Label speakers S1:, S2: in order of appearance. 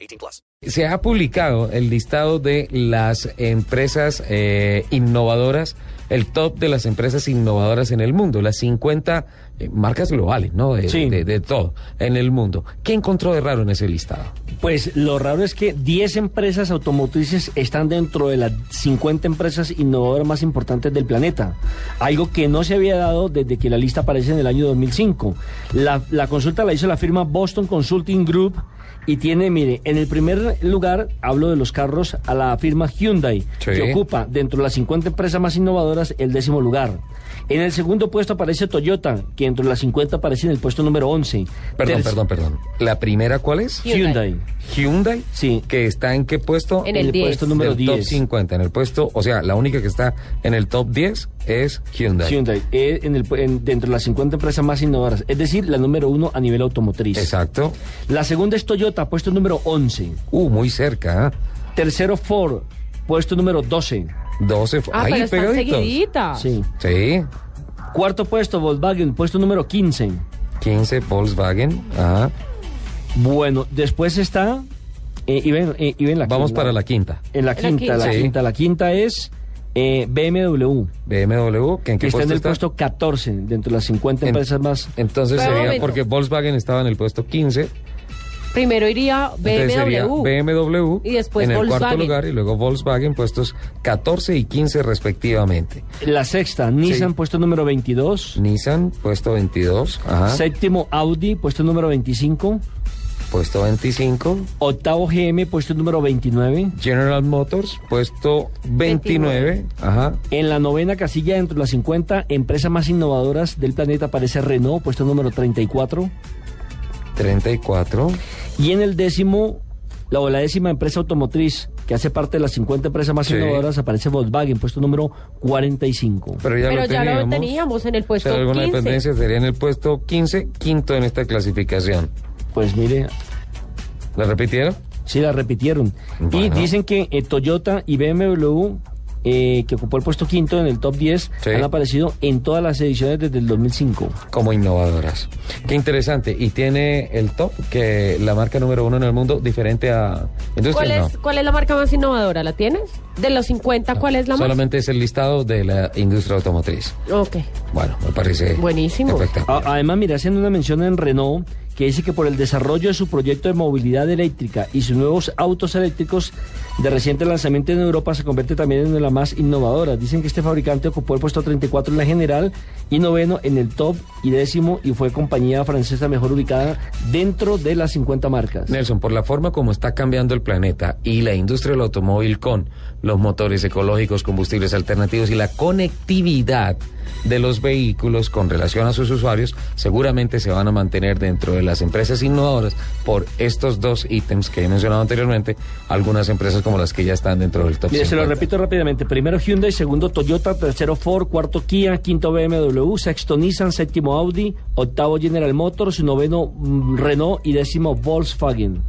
S1: 18 plus.
S2: Se ha publicado el listado de las empresas eh, innovadoras, el top de las empresas innovadoras en el mundo, las 50 eh, marcas globales, ¿no? De,
S3: Sí.
S2: de- de todo en el mundo. ¿Qué encontró de raro en ese listado?
S3: Pues lo raro es que 10 empresas automotrices están dentro de las 50 empresas innovadoras más importantes del planeta, algo que no se había dado desde que la lista aparece en el año 2005. La, la consulta la hizo la firma Boston Consulting Group y tiene, mire, en el primer lugar hablo de los carros a la firma Hyundai,
S2: Sí.
S3: que ocupa dentro de las 50 empresas más innovadoras el décimo lugar. En el segundo puesto aparece Toyota, que dentro de las 50 aparece en el puesto número 11.
S2: Perdón,
S3: Terc-
S2: perdón, perdón. ¿La primera cuál es?
S3: Hyundai.
S2: Hyundai.
S3: Sí.
S2: ¿Que está en qué puesto?
S4: En el
S3: el
S4: 10.
S3: puesto número
S2: Del top
S3: 10.
S2: 50, en el puesto, o sea, la única que está en el top 10 es Hyundai.
S3: Hyundai, eh, en el, pu- en- dentro de las 50 empresas más innovadoras, es decir, la número uno a nivel automotriz.
S2: Exacto.
S3: La segunda es Toyota, puesto número 11.
S2: Uh, muy cerca. ¿eh?
S3: Tercero, Ford, puesto número 12.
S2: 12.
S4: Ah,
S2: ahí
S4: pero están
S2: pegaditos.
S4: seguiditas.
S3: Sí.
S2: Sí.
S3: Cuarto puesto, Volkswagen, puesto número 15.
S2: 15 Volkswagen. Ajá.
S3: Bueno, después está. eh, y ven- eh, y ven la
S2: Vamos
S3: la-
S2: para la quinta.
S3: En la
S4: La
S3: quinta, la quinta. La
S4: quinta.
S2: Sí.
S3: quinta, es eh, BMW,
S2: BMW, que en
S3: que
S2: qué
S3: está en
S2: puesto
S3: el
S2: está?
S3: puesto 14, dentro de las 50
S2: En-
S3: empresas más.
S2: Entonces
S4: Pero un
S2: sería
S4: momento.
S2: porque Volkswagen estaba en el puesto 15,
S4: Primero iría
S2: entonces sería
S4: BMW.
S2: BMW
S4: Y después
S2: en el cuarto
S4: Volkswagen.
S2: lugar y luego Volkswagen puestos 14 y 15 respectivamente.
S3: La sexta, Nissan,
S2: Sí.
S3: puesto número 22.
S2: Nissan puesto 22, ajá,
S3: Séptimo, Audi, puesto número 25.
S2: puesto 25,
S3: Octavo, GM, puesto número 29.
S2: General Motors puesto 29, ajá.
S3: En la novena casilla, dentro de las 50 empresas más innovadoras del planeta, aparece Renault, puesto número 34.
S2: 34,
S3: Y en el décimo, la, o la décima empresa automotriz, que hace parte de las 50 empresas más
S2: Sí.
S3: innovadoras, aparece Volkswagen, puesto número 45.
S2: pero ya
S4: Pero
S2: lo
S4: ya
S2: teníamos.
S4: lo teníamos en el
S2: O sea,
S4: puesto
S2: alguna
S4: 15.
S2: dependencia sería en el puesto 15, quinto en esta clasificación.
S3: Pues mire,
S2: ¿La repitieron?
S3: sí la repitieron. Y
S2: Bueno.
S3: dicen que eh, Toyota y BMW, eh, que ocupó el puesto quinto en el top 10,
S2: Sí.
S3: han aparecido en todas las ediciones desde el 2005.
S2: como innovadoras. Qué interesante. Y tiene el top, que la marca número uno en el mundo, diferente a... Industria,
S4: ¿Cuál
S2: no.
S4: es, ¿Cuál es la marca más innovadora? ¿La tienes? De los 50, ¿cuál es la más?
S2: Solamente es el listado de la industria automotriz.
S4: Ok.
S2: Bueno, me parece...
S4: Buenísimo.
S2: espectacular.
S3: A- Además, mira, haciendo una mención en Renault que dice que por el desarrollo de su proyecto de movilidad eléctrica y sus nuevos autos eléctricos de reciente lanzamiento en Europa se convierte también en una de las más innovadoras. Dicen que este fabricante ocupó el puesto 34 en la general y noveno en el top y décimo y fue compañía francesa mejor ubicada dentro de las 50 marcas.
S2: Nelson, por la forma como está cambiando el planeta y la industria del automóvil con los motores ecológicos, combustibles alternativos y la conectividad de los vehículos con relación a sus usuarios, seguramente se van a mantener dentro de las empresas innovadoras por estos dos ítems que he mencionado anteriormente, algunas empresas como las que ya están dentro del top
S3: Mire, se lo
S2: 50.
S3: repito rápidamente. Primero Hyundai, segundo Toyota, tercero Ford, cuarto Kia, quinto BMW, sexto Nissan, séptimo Audi, octavo General Motors, noveno mm, Renault y décimo Volkswagen.